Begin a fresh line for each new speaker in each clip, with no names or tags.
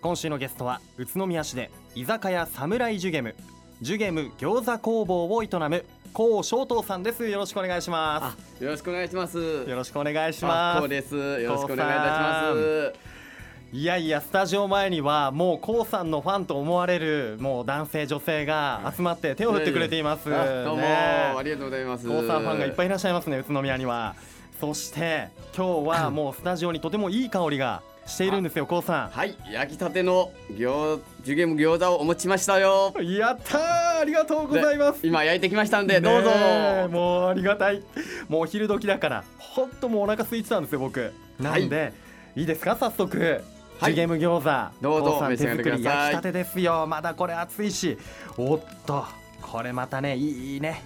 今週のゲストは宇都宮市で居酒屋サムライジュゲムジュゲム餃子工房を営む高翔東さんですよろしくお願いしま
あ、よろしくお願いします。
すよろしくお願いし
あ
ま
こ
す
うです。よろしくお願いいたします。
いやいやスタジオ前にはもうこうさんのファンと思われるもう男性女性が集まって手を振ってくれています
あどうも、あ
ね
りがとうございます。
高さんファンがいっぱい
い。
いらっしゃいますね宇都宮にはそして今日はもうスタジオにとてもいい香りがしているんですよ高さん
はい、焼きたての餃受験餃子をお持ちしましたよ。
やったーありがとうございます
で今焼いてきましたんで、どうぞ。
ねえもうありがたいもうお昼時だからほんともうお腹空いてたんですよ僕なんで、い、いですか早速
はい
ジュゲム餃子
どうぞ
父さん
召し
手
上がっ
作
てくださ
り
い
焼きたてですよまだこれ熱いしおっとこれまたねいいね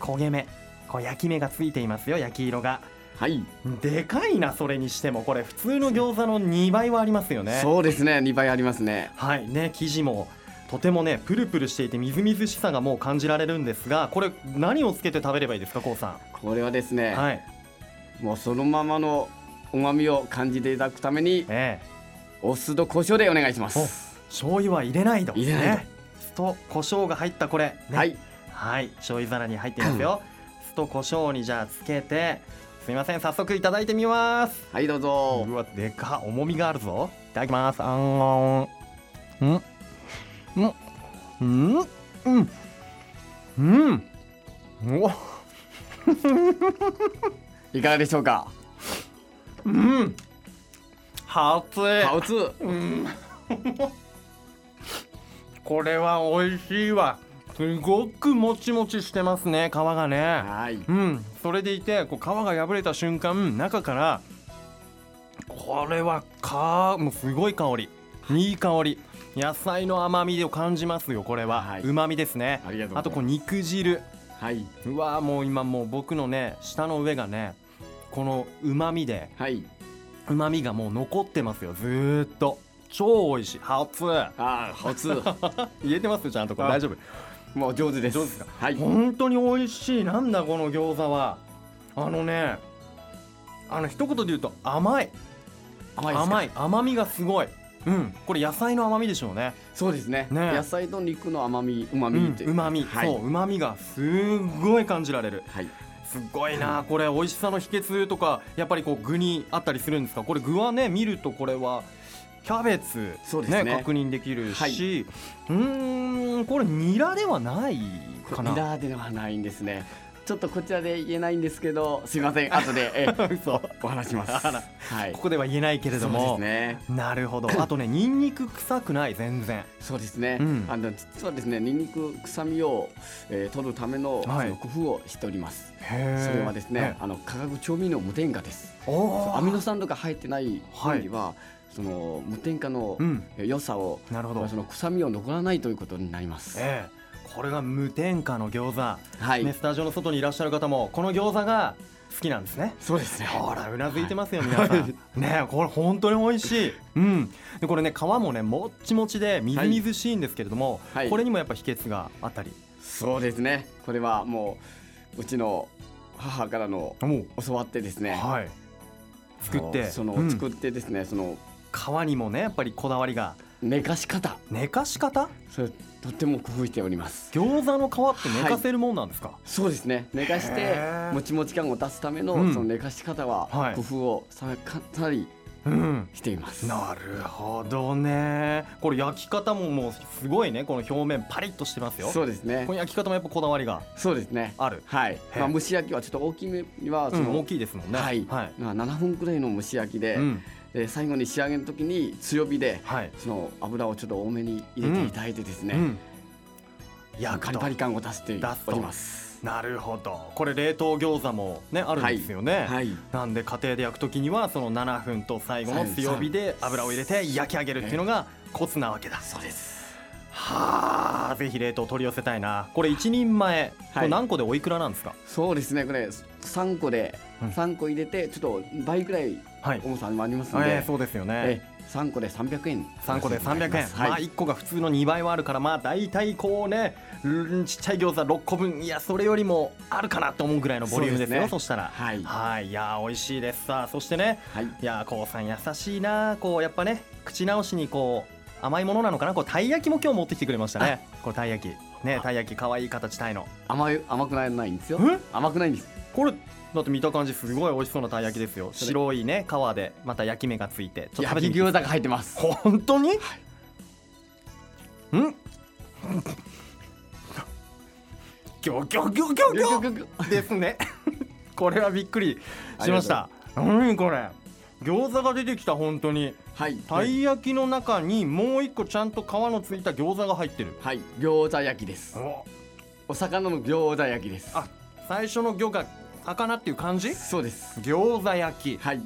焦げ目こう焼き目がついていますよ焼き色が
はい、
でかいなそれにしてもこれ普通の餃子の2倍はありますよね
そうですね、二倍ありますね。
はいね生地もとてもねプルプルしていてみずみずしさがもう感じられるんですがこれ何をつけて食べればいいですかこうさん
これはですね、
はい、
もうそのままの旨味を感じていただくために、
ええ、
お酢と胡椒でお願いします。
醤油は入れないと、
入れないと
ね、酢と胡椒が入ったこれ、ね
はい、
はい、醤油皿に入っていますよ。酢と胡椒にじゃあつけて、すみません、早速いただいてみます。
はい、どうぞ
う。わ、でか、重みがあるぞ。いただきます。あん、うん、うん、うん、うん、うん、うわ
いかがでしょうか。
うん、はつ
ハ
い。
ウツー。
これは美味しいわ。すごくもちもちしてますね、皮がね。
はい。
うん、それでいてこう皮が破れた瞬間中からこれはかもうすごい香りいい香り野菜の甘みを感じますよこれ
は
はいうま、みですね
ありがとうございます
あとこう肉汁
はい。
うわーもう今もう僕のね舌の上がねこのうまみで
はい。
うまみがもう残ってますよずーっと超美味しいハ ツ
ああ、ハウツー。
言えてますよちゃんとこれ
あ
大丈夫
もう上手です。
上手ですか
はい。
本当に美味しいなんだこの餃子はあのねあの一言で言うと甘い
甘ですか
甘い甘みがすごいうんこれ野菜の甘みでしょうね
そうですね。
ね
野菜と肉の甘み、旨
う
味
ん
という。
うまみ、
はい
そううまみがすごい感じられる
はい。
すごいなこれ美味しさの秘訣とかやっぱりこう具にあったりするんですかこれ具はね見るとこれはキャベツ
そうですね
確認できるし、
はいう
ーんこれニラではないかな
ニラではないんですね。ちょっとこちらで言えないんですけど、すいません。後で、え
嘘
お話します。
あら
はい。
ここでは言えないけれども
そうですね。
なる ほどあとねニンニク臭くない全然
そうですね。
うん
あの実はですね、ニンニク臭みを、えー取るための,、
はい
その工夫をしております。
へ
それはですね、あの化学調味料無添加です。
おー
アミノ酸とか入ってない
はい
分には、その無添加の
うん
良さを、
なるほど
その臭みを残らないということになります。
ええこれが無添加の餃子、
はい、
ね、スタジオの外にいらっしゃる方もこの餃子が好きなんですね
そうですね。
ほらうなずいてますよ皆さんねえこれ本当に美味しいうんでこれね皮もねもっちもちでみずみずしいんですけれども、
はい
これにもやっぱ秘訣があったり
そうですね。これはもううちの母からの
もう
教わってですね。
はい作って
その、
うん
作ってですね、その
皮にもねやっぱりこだわりが
寝かし方、
寝かし方
それとっても工夫しております。
餃子の皮って寝かせるもんなんですか、
そうですね。寝かし
へ
て
ー
もちもち感を出すための、
うん
その寝かし方は、
はい
工夫をさかなり
うん
しています。
なるほどねこれ焼き方ももうすごいねこの表面パリッとしてますよ
そうですね
こ。の焼き方もやっぱこだわりが
そうですね。
ある、
はい。
へー
まあ蒸し焼きはちょっと大きめには
う
その、
ん、大きいですもんね
はい、
はい、
まあ7分くらいの蒸し焼きで、
うん
えー最後に仕上げの時に強火で
はい
その油をちょっと多めに入れていただいてですね、
うん、
あ
焼く
カリ
と
カリ感を出して
出すと
おります。
なるほどこれ冷凍餃子もねあるんですよね、
はい、
なんで家庭で焼くときにはその7分と最後の強火で油を入れて焼き上げるっていうのがコツなわけだ
そうです。
はあぜひ冷凍取り寄せたいなこれ一人前、これ何個でおいくらなんですか
そうですね、これ三個で
うん
三個入れてちょっと倍くらい
はい
重さもありますの
ええ
で、
そうですよね
えー三個で三百円。
3個で300円、まあ
はい。
1個が普通の2倍はあるからまあ大体こうねうんちっちゃい餃子6個分いやそれよりもあるかなと思うぐらいのボリュームですよそ
そうで
し
すね
たら
はい
いやー美味しいですさあそしてね
はい。
いやーこうさん優しいなこうやっぱね口直しにこう甘いものなのかなこうたい焼きも今日持ってきてくれましたねこれたい焼きねたい焼き可愛い形タイの
甘い甘くないんですよ
え
甘くないんです
これだって見た感じすごい美味しそうなたい焼きですよ白いね皮でまた焼き目がついてちょっと食べ
焼
て
き
みて
餃子が入ってます
本当に、うんギョギョギョギョギョですね これはびっくりしました何これ餃子が出てきた本当に
はい
たい焼きの中にもう一個ちゃんと皮のついた餃子が入ってる
はい餃子焼きですお魚の餃子焼きです
あ最初の魚が魚っていう感じ
そうです
餃子焼き
はい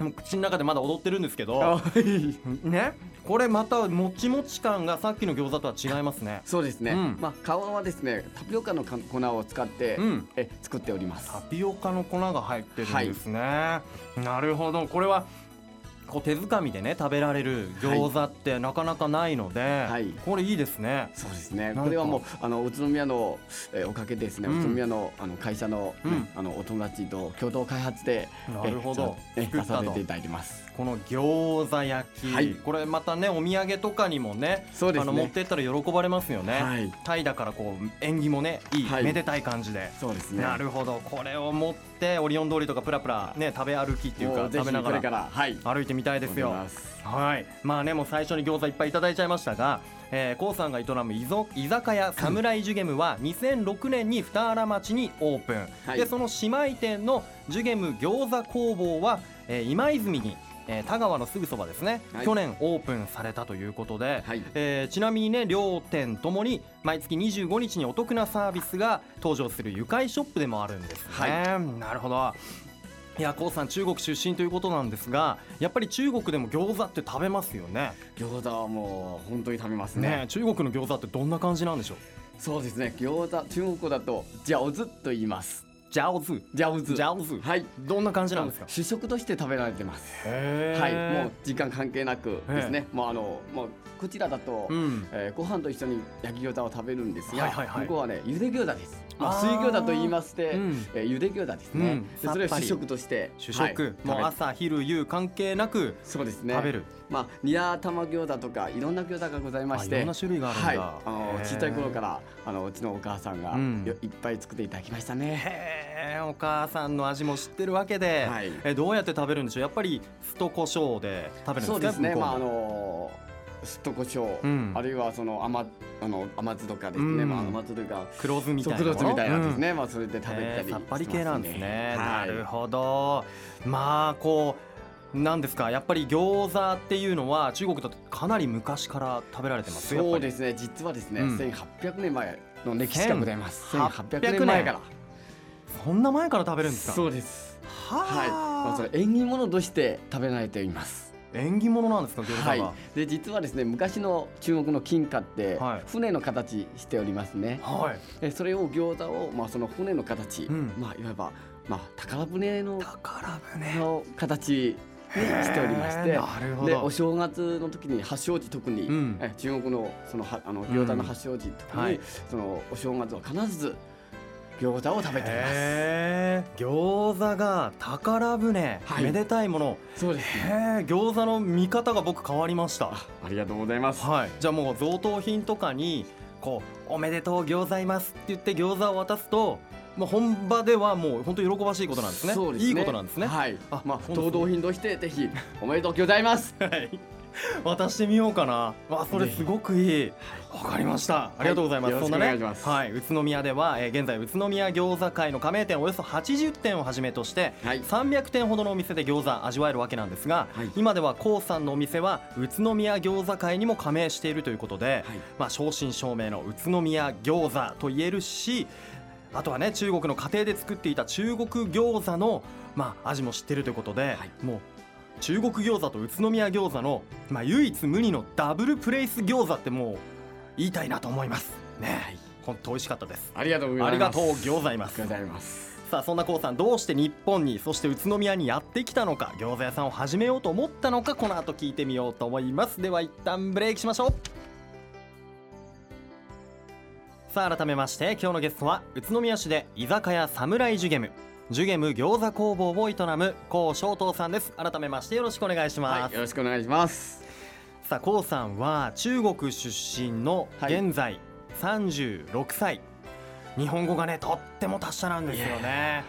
もう口の中でまだ踊ってるんですけど
はい
ねこれまたもちもち感がさっきの餃子とは違いますね
そうですね、
うん
まあ皮はですねタピオカのか粉を使って、
うん
え作っております
タピオカの粉が入ってるんですね、なるほどこれはこう手づかみでね食べられる餃子ってなかなかないので、
い
これいいですね
そうですね
んか
これはもうあの宇都宮の、えーおかげでですね、
うん
宇都宮のあの会社の,、ね
うん
あのお友達と共同開発で
なるほど
えー
作っ
出
たと
させていただいてます
この餃子焼き、
はい
これまたねお土産とかにもね
そうですね
あの持ってったら喜ばれますよね、
はい
タイだからこう縁起もねいい、
はい
めでたい感じで。
そうですね
なるほどこれを持ってオリオン通りとかプラプラね食べ歩きっていう
も
か
うぜ
食
ひ
べな
こ
が
れ
ら
からはい
歩いてみたいですよ
思います
はい、まあねもう最初に餃子いっぱいいただいちゃいましたが、えー、コウさんが営む居ぞ居酒屋サムライジュゲム は2006年に二原町にオープン、
はい
でその姉妹店のジュゲム餃子工房は、えー今泉に、えー田川のすぐそばですね、
はい
去年オープンされたということで、
はい
えーちなみにね両店ともに毎月25日にお得なサービスが登場する愉快ショップでもあるんですね、なるほどいやこうさん中国出身ということなんですがやっぱり中国でも餃子って食べますよね
餃子はもう本当に食べますね
ねえ中国の餃子ってどんな感じなんでしょう
そうですね餃子中国語だとジャオズと言います
ジャオズ
ジャオズ
ジャオズ
はい
どんな感じなんですか
主食として食べられてます
へ
はい
え
もう時間関係なくですねもうあのもうこちらだと、
うん
えーご飯と一緒に焼き餃子を食べるんですが、
はいはいはい
向こうはねゆで餃子です。まあ
あー
水餃子と言いまして、
うん
えーゆで餃子ですね。
うん
でそれを
さっぱ
主
り
食として
主
はい
食、もう
食べ
朝昼夕関係なく
そうですね。
食べる、
まあニラ玉餃子とかいろんな餃子がございまし
あい
て、
ろんな種類があるんだ
はい、あの
へー
小さい頃からあのうちのお母さんが
うん
よいっぱい作っていただきましたね。
へえお母さんの味も知ってるわけで、
はい
えどうやって食べるんでしょうやっぱり酢と胡椒で食べるんですか
そうですね。
向こ
まあ
も
あの酢と胡椒、
うん
あるいはその甘あの甘酢とかですね。
うん
まあ甘酢というか。
黒酢みたいな
食
もの
物みたいなです
うん
ね、まあそれで食べたりして
え
ます、
ーさっぱり系なんですね、
はい、
なるほどまあこうなんですかやっぱり餃子っていうのは中国だとかなり昔から食べられてます
そうですすね実はですね、
うん
1800年前の歴史がございます
1800
1800年前から
そんな前から食べるんですか
そうです
は
はい、まあ、それ縁起物として食べられています
縁起物なんですか餃子
は
が、
い
は
で実はですね昔の中国の金貨って
はい
船の形しておりますね、
い
でそれを餃子をまあその船の形、
うん
まあいわばまあ宝船の
宝船を
の形にしておりまして
なるほ
で
ど
お正月の時に発祥時特に、
うん
え中国のそのはあの餃子の発祥時特に、
はい
そのお正月は必ず餃子を食べています。
へえ餃子が宝船、
はい
めでたいもの
そうです。
へえ餃子の見方が僕変わりました
ありがとうございます。
はい、じゃあもう贈答品とかにこう「おめでとう餃子います」って言って餃子を渡すと、まあ、本場ではもう本当喜ばしいことなんですね
そうですね。
いいことなんですね、
はい。
あ
まあ
そうですね
堂々品としてぜひおめでとうござ います。
はい、渡してみようかなわそれすごくいいわかりましたありがとうございます、
よろ
そ
し
んな
くお
ね
願いします
はい、宇都宮では、えー現在宇都宮餃子会の加盟店およそ80店をはじめとして
はい。
300店ほどのお店で餃子味わえるわけなんですが、
はい
今ではこうさんのお店は宇都宮餃子会にも加盟しているということで、
はい
まあ、正真正銘の宇都宮餃子と言えるしあとはね中国の家庭で作っていた中国餃子の、まあ、味も知ってるということで、
い
もう中国餃子と宇都宮餃子の、まあ、唯一無二のダブルプレイス餃子ってもう言いたいなと思いますね本当美味しかったです
ありがとうございます。
ありがとう餃子います
ございます。
さあそんなこうさんどうして日本にそして宇都宮にやってきたのか餃子屋さんを始めようと思ったのかこの後聞いてみようと思いますでは一旦ブレイクしましょうさあ改めまして今日のゲストは宇都宮市で居酒屋サムライジュゲムジュゲム餃子工房を営む高翔東さんです改めましてよろしくお願いします、
はい。よろしくお願いします。
さあコウさんは中国出身の
はい
現在36歳、日本語がねとっても達者なんですよね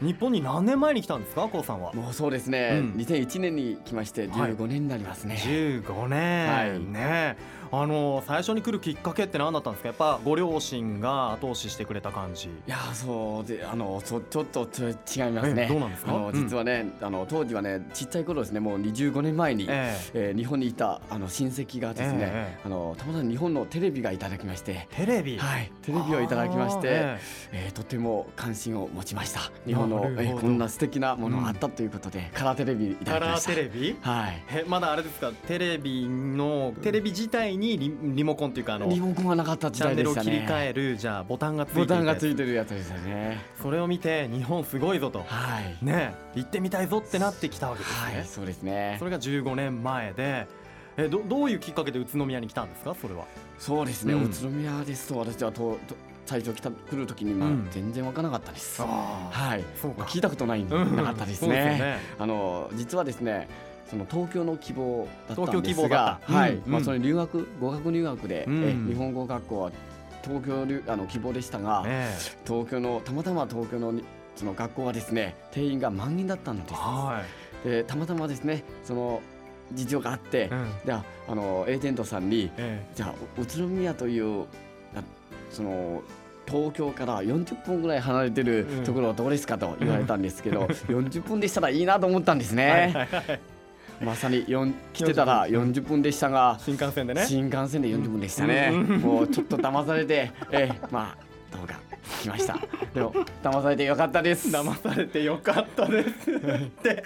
日本に何年前に来たんですかコウさんは
もうそうですね、
うん
2001年に来まして
はい
15年になりますね、
15年、
はい
ねあの最初に来るきっかけって何だったんですかやっぱご両親が後押ししてくれた感じ
いやーそうであのそちょっとちょ違います
え
ね。
どうなんですか
あの
うん
実はね、あの当時はねちっちゃい頃ですねもう25年前に、え
ええ
ー日本にいたあの親戚がですね、
ええ
あのたまたま日本のテレビがいただきまして。
テレビ、
はい、テレビをいただきまして、
あー
え
え
ーとても関心を持ちました日本の、
なるほど
えーこんな素敵なものがあったということで、カラーテレビい
え
ただ
カ
きま
ラ
し
ー
た
テレビ
はい
えまだあれですかテレビのテレビ自体にリリモコンというかあの
リモコンがなかった時
チャ
代
ンネ
で
ル
し
を切
た
り替
ね
えるじゃあボタンがついてい
ボ
た
タ
やつ
ンがついてるやつですよね
それを見て日本すごいぞと
はい、
ねえ行ってみたいぞってなってきたわけですね、
はい、そうですね
それが15年前でえどどういうきっかけで宇都宮に来たんですかそれは
そうですね、
うん
宇都宮ですと私はとと最初来た来る時にまあ
うん
全然わからなかったです、
あ
はい
そうか
聞いたことないんで
うん
なかったです
そうですよ
ね
ね
あの実はですねその東京の希望だったん
東京
で
希
す
望だ
が
った
はい、
うん
ま
う
あ
ん
それ留学語学留学で、
うん
え日本語学校は東京留あの希望でしたが、
え
東京のたまたま東京のにその学校はですね定員が満員だったんで
え
す
は
でたまたまですねその事情があって、
い、うん
じゃああのエーテントさんに
え
じゃあ宇都宮というあその東京から40分ぐらい離れてる
うん
ところはどうですかと言われたんですけど、40 分でしたらいいなと思ったんです
えはい
ね。
はいはい
まさによん来てたら40分でしたが、
新幹線でね
新幹線で40分でしたね。
うん
もうちょっと騙されて、 ええまあどうか来ました。でも騙されてよかったです。
騙されてよかったですって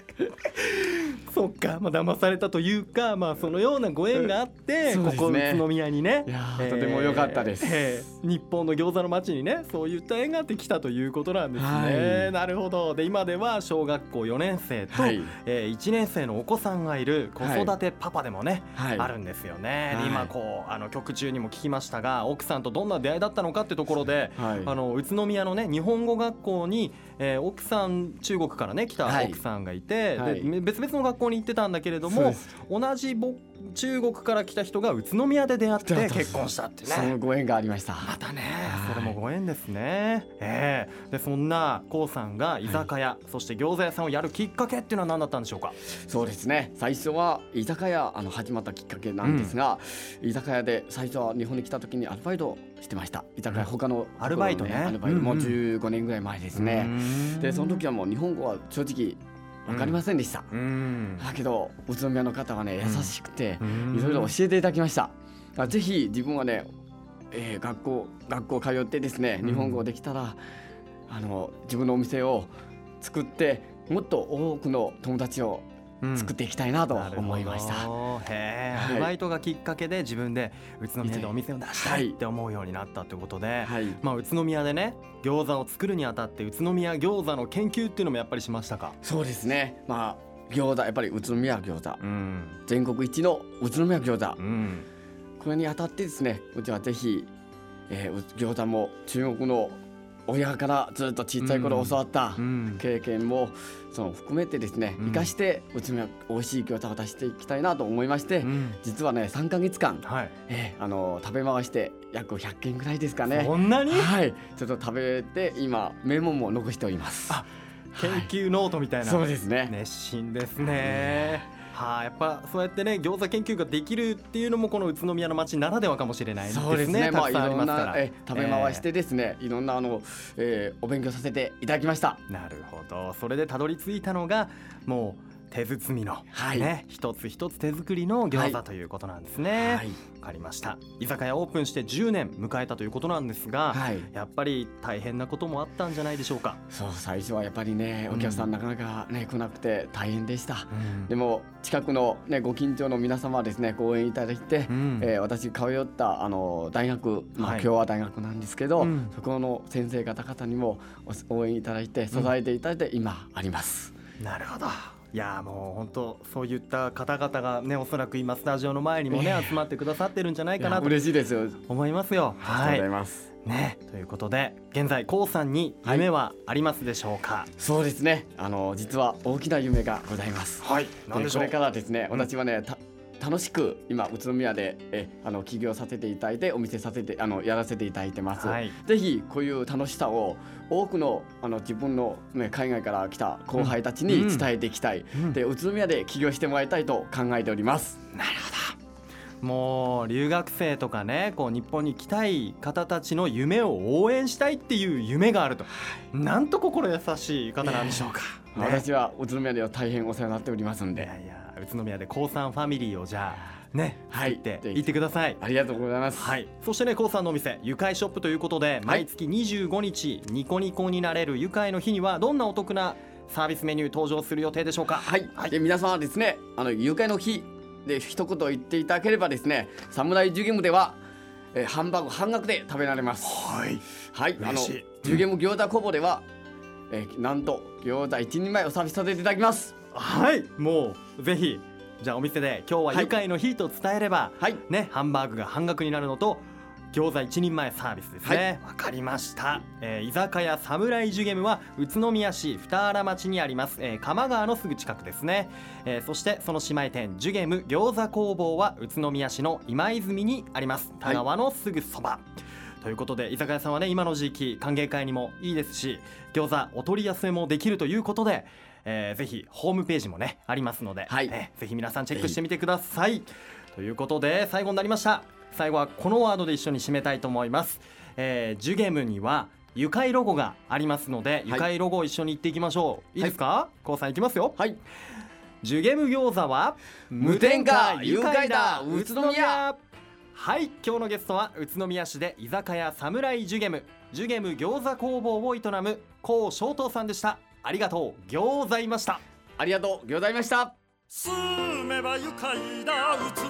そっか、まあ騙されたというか、まあ、そのようなご縁があって、
そう
こ
です
こ
ね
宇都宮にね
いやー
えー
とても良かったです
えー日本の餃子の街にねそういった縁があってきたということなんですね、
はい
なるほどで今では小学校4年生と、
はい
え1年生のお子さんがいる子育てパパでもね、
はい
あるんですよね、
はい
で今こうあの曲中にも聞きましたが奥さんとどんな出会いだったのかってところで、
はい
あの宇都宮のね日本語学校に、えー奥さん中国からね来た
はい
奥さんがいて、
はい
で別々の学校に行ってたんだけれど
そう
も
です
同じぼ中国から来た人が宇都宮で出会って
出会った
結婚したって
その
ね。
ご縁がありました。
またね
はい
それもご縁ですね、ええでそんなこうさんが居酒屋、そして餃子屋さんをやるきっかけっていうのは何だったんでしょうか
そうですね最初は居酒屋あの始まったきっかけなんですが、居酒屋で最初は日本に来た時にアルバイトをしてました居酒屋
うん
他の
アルバイトね
アルバイトもう
うんうん
15年ぐらい前です
う
ね、
ーん
でその時はもう日本語は正直分かりませんでした、
うん
だけど宇都宮の方は
う
ね
ん
優しくて
うん
いろいろ教えていただきましただからぜひ自分はね、えー学校学校通ってですね
うん
日本語できたら、あの自分のお店を作ってもっと多くの友達を作っていきたいなと思いました。
なるほどへ
は
え
い
アルバイトがきっかけで自分で宇都宮でお店を出したいって思うようになったということで、
はい、
まあ、宇都宮でね餃子を作るにあたって宇都宮餃子の研究っていうのもやっぱりしましたか
そうですね。まあ餃子やっぱり宇都宮餃子、
うん、
全国一の宇都宮餃子。
うん、
これにあたってですね、うちはぜひ、えーう餃子も中国の親からずっと小さい頃
うん
教わった
うん
経験もその含めてですね、
うん
生かして宇都宮美味しい餃子を出していきたいなと思いまして、
うん
実はね3ヶ月間、
はい、
えーあの食べ回して約100件ぐらいですかね。
そんなに
はい、ちょっと食べて今メモも残しております。
あ研
はい
究ノートみたいな、
そうですね。
熱心ですねはい、やっぱそうやってね餃子研究ができるっていうのもこの宇都宮の町ならではかもしれないですね
そうですね。
た
まあ
く
い
さんあり
ろ
ま
ん
すから
なえ食べ回してですね、いろんなあの、えーお勉強させていただきました。
なるほどそれでたどり着いたのがもう手包みの、
はい
ね、一つ一つ手作りの餃子
はい
ということなんですね。わ、
はい
かりました居酒屋オープンして10年迎えたということなんですが、
はい。
やっぱり大変なこともあったんじゃないでしょうか。
そう最初はやっぱりね、お客さんなかなかね、来なくて大変でした。で
も、
も近くのねご近所の皆様はですねご応援いただいて。
うん
えー私通ったあの大学、まあ、
はい
今日は大学なんですけど、
うん
そこの先生方々にもお応援いただいて支えていただいて今あります。
なるほどいやーもう本当そういった方々がねおそらく今スタジオの前にもね、
ええ
集まってくださってるんじゃない
い
か
や
なと
嬉しいですよ。あり
思いますよ。
がと
は
うござい
い
ます。
ね、ということで現在こうさんに夢はありますでしょうか。
そうですね。あの実は大きな夢がございます。
はい、なんでしょ
こ
う
れからですね、
うん
私はね、た楽しく今宇都宮でえあの起業させていただいてお店させてあのやらせていただいてます、
はい
ぜひこういう楽しさを多くのあの自分の、ね、海外から来た後輩たち
うんう
に
ん
伝えていきたい、
うん
で宇都宮で起業してもらいたいと考えております。
もう留学生とかねこう日本に来たい方たちの夢を応援したいっていう夢があると、なんと心優しい方なんでしょうか。ね
私は宇都宮では大変お世話になっておりますん
い
で
やいや宇都宮で高三ファミリーをじゃあね
は
入っ
い
て
ぜひ
行ってください。
ありがとうございます。
はい、そしてね、こうさんのお店、ゆかいショップということで、毎月25日、ニコニコになれるゆかいの日には、どんなお得なサービスメニュー登場する予定でしょうか。
はい、で皆さんはですねあの誘拐の日で一言言っていただければですね侍ジュゲムでは、えーハンバーグ半額で食べられます
はい、
はいあの
嬉しい
ジュゲム餃子工房では、えーなんと餃子一人前おサービスさせていただきます
はい、もうぜひ、じゃあお店で、今日は
はい
ゆかいの日と伝えれば、
はい
ね、ハンバーグが半額になるのと。餃子一人前サービスですね。わ、かりました。えー居酒屋サムライジュゲムは宇都宮市二原町にあります。えー、鎌川のすぐ近くですね。えーそしてその姉妹店ジュゲム餃子工房は宇都宮市の今泉にあります田川のすぐそば、ということで居酒屋さんはね今の時期歓迎会にもいいですし餃子お取り寄せもできるということで、えーぜひホームページもねありますので、
はい
えーぜひ皆さんチェックしてみてくださいということで最後になりました最後はこのワードで一緒に締めたいと思います、えージュゲムには愉快ロゴがありますので愉快ロゴを一緒に言っていきましょう、い、いですか、こうさんいきますよ
はい
ジュゲム餃子は
無添加誘拐だ宇都宮
はい今日のゲストは宇都宮市で居酒屋サムライジュゲムジュゲム餃子工房を営む高翔東さんでしたありがとう餃子いました
ありがとうございました
住めば愉快だ宇都